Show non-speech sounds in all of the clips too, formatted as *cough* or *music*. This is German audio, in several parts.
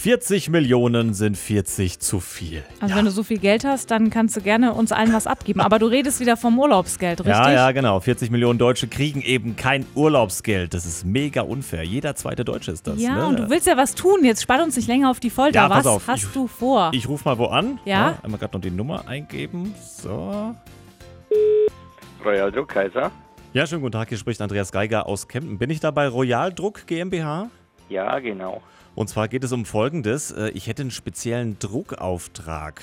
40 Millionen sind 40 zu viel. Also wenn du so viel Geld hast, dann kannst du gerne uns allen was abgeben. Aber du redest wieder vom Urlaubsgeld, richtig? Ja, ja, genau. 40 Millionen Deutsche kriegen eben kein Urlaubsgeld. Das ist mega unfair. Jeder zweite Deutsche ist das. Ja, ne? und du willst ja was tun. Jetzt spann uns nicht länger auf die Folter. Ja, pass was auf. hast Ich- du vor? Ich rufe mal wo an. Ja? einmal gerade noch die Nummer eingeben. So. Royal Druck Kaiser. Ja, schönen guten Tag. Hier spricht Andreas Geiger aus Kempten. Bin ich da bei Royal Druck GmbH? Ja, genau. Und zwar geht es um Folgendes. Äh, Ich hätte einen speziellen Druckauftrag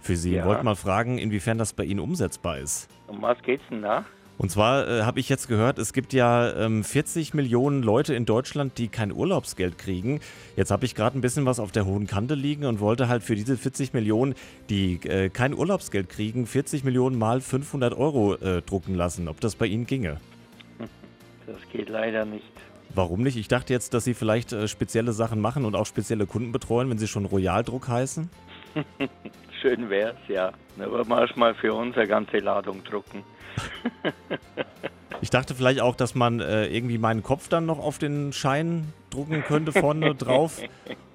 für Sie. Ja. Wollte mal fragen, inwiefern das bei Ihnen umsetzbar ist. Um was geht's denn da? Und zwar äh, habe ich jetzt gehört, es gibt ja ähm, 40 Millionen Leute in Deutschland, die kein Urlaubsgeld kriegen. Jetzt habe ich gerade ein bisschen was auf der hohen Kante liegen und wollte halt für diese 40 Millionen, die äh, kein Urlaubsgeld kriegen, 40 Millionen mal 500 Euro äh, drucken lassen. Ob das bei Ihnen ginge? Das geht leider nicht. Warum nicht? Ich dachte jetzt, dass Sie vielleicht äh, spezielle Sachen machen und auch spezielle Kunden betreuen, wenn Sie schon Royaldruck heißen. Schön wär's, ja. Aber manchmal für uns eine ganze Ladung drucken. Ich dachte vielleicht auch, dass man äh, irgendwie meinen Kopf dann noch auf den Schein drucken könnte, *laughs* vorne drauf.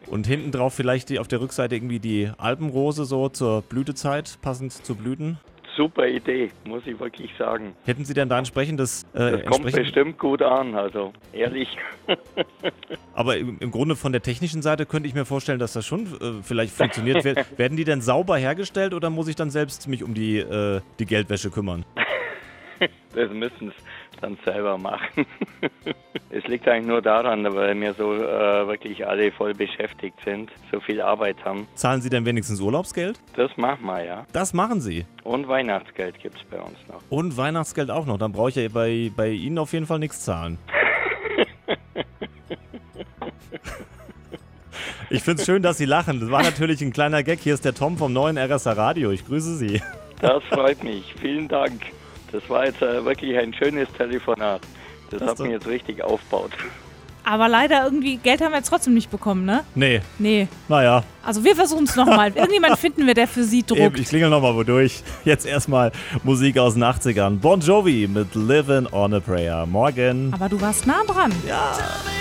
Und hinten drauf vielleicht die, auf der Rückseite irgendwie die Alpenrose so zur Blütezeit, passend zu Blüten. Super Idee, muss ich wirklich sagen. Hätten Sie denn da entsprechendes... Äh, Das kommt entsprechend- bestimmt gut an, also ehrlich. *laughs* aber im, im Grunde von der technischen Seite könnte ich mir vorstellen, dass das schon äh, vielleicht funktioniert. *laughs* Wer- Werden die denn sauber hergestellt oder muss ich dann selbst mich um die, äh, die Geldwäsche kümmern? Das müssen sie dann selber machen. *laughs* es liegt eigentlich nur daran, weil wir so äh, wirklich alle voll beschäftigt sind, so viel Arbeit haben. Zahlen Sie denn wenigstens Urlaubsgeld? Das machen wir, ja. Das machen Sie. Und Weihnachtsgeld gibt's bei uns noch. Und Weihnachtsgeld auch noch. Dann brauche ich ja bei, bei Ihnen auf jeden Fall nichts zahlen. Ich finde es schön, dass Sie lachen. Das war natürlich ein kleiner Gag. Hier ist der Tom vom neuen RSA Radio. Ich grüße Sie. Das freut mich. Vielen Dank. Das war jetzt äh, wirklich ein schönes Telefonat. Das, Das hat doch- mich jetzt richtig aufgebaut. Aber leider irgendwie Geld haben wir jetzt trotzdem nicht bekommen, ne? Nee, Nee. naja. Also wir versuchen *laughs* es nochmal. Irgendjemand finden wir, der für sie Eben, druckt. ich klingel nochmal wo durch. Jetzt erstmal Musik aus den 80ern. Bon Jovi mit Livin' on a Prayer. Morgen. Aber du warst nah dran. Tell me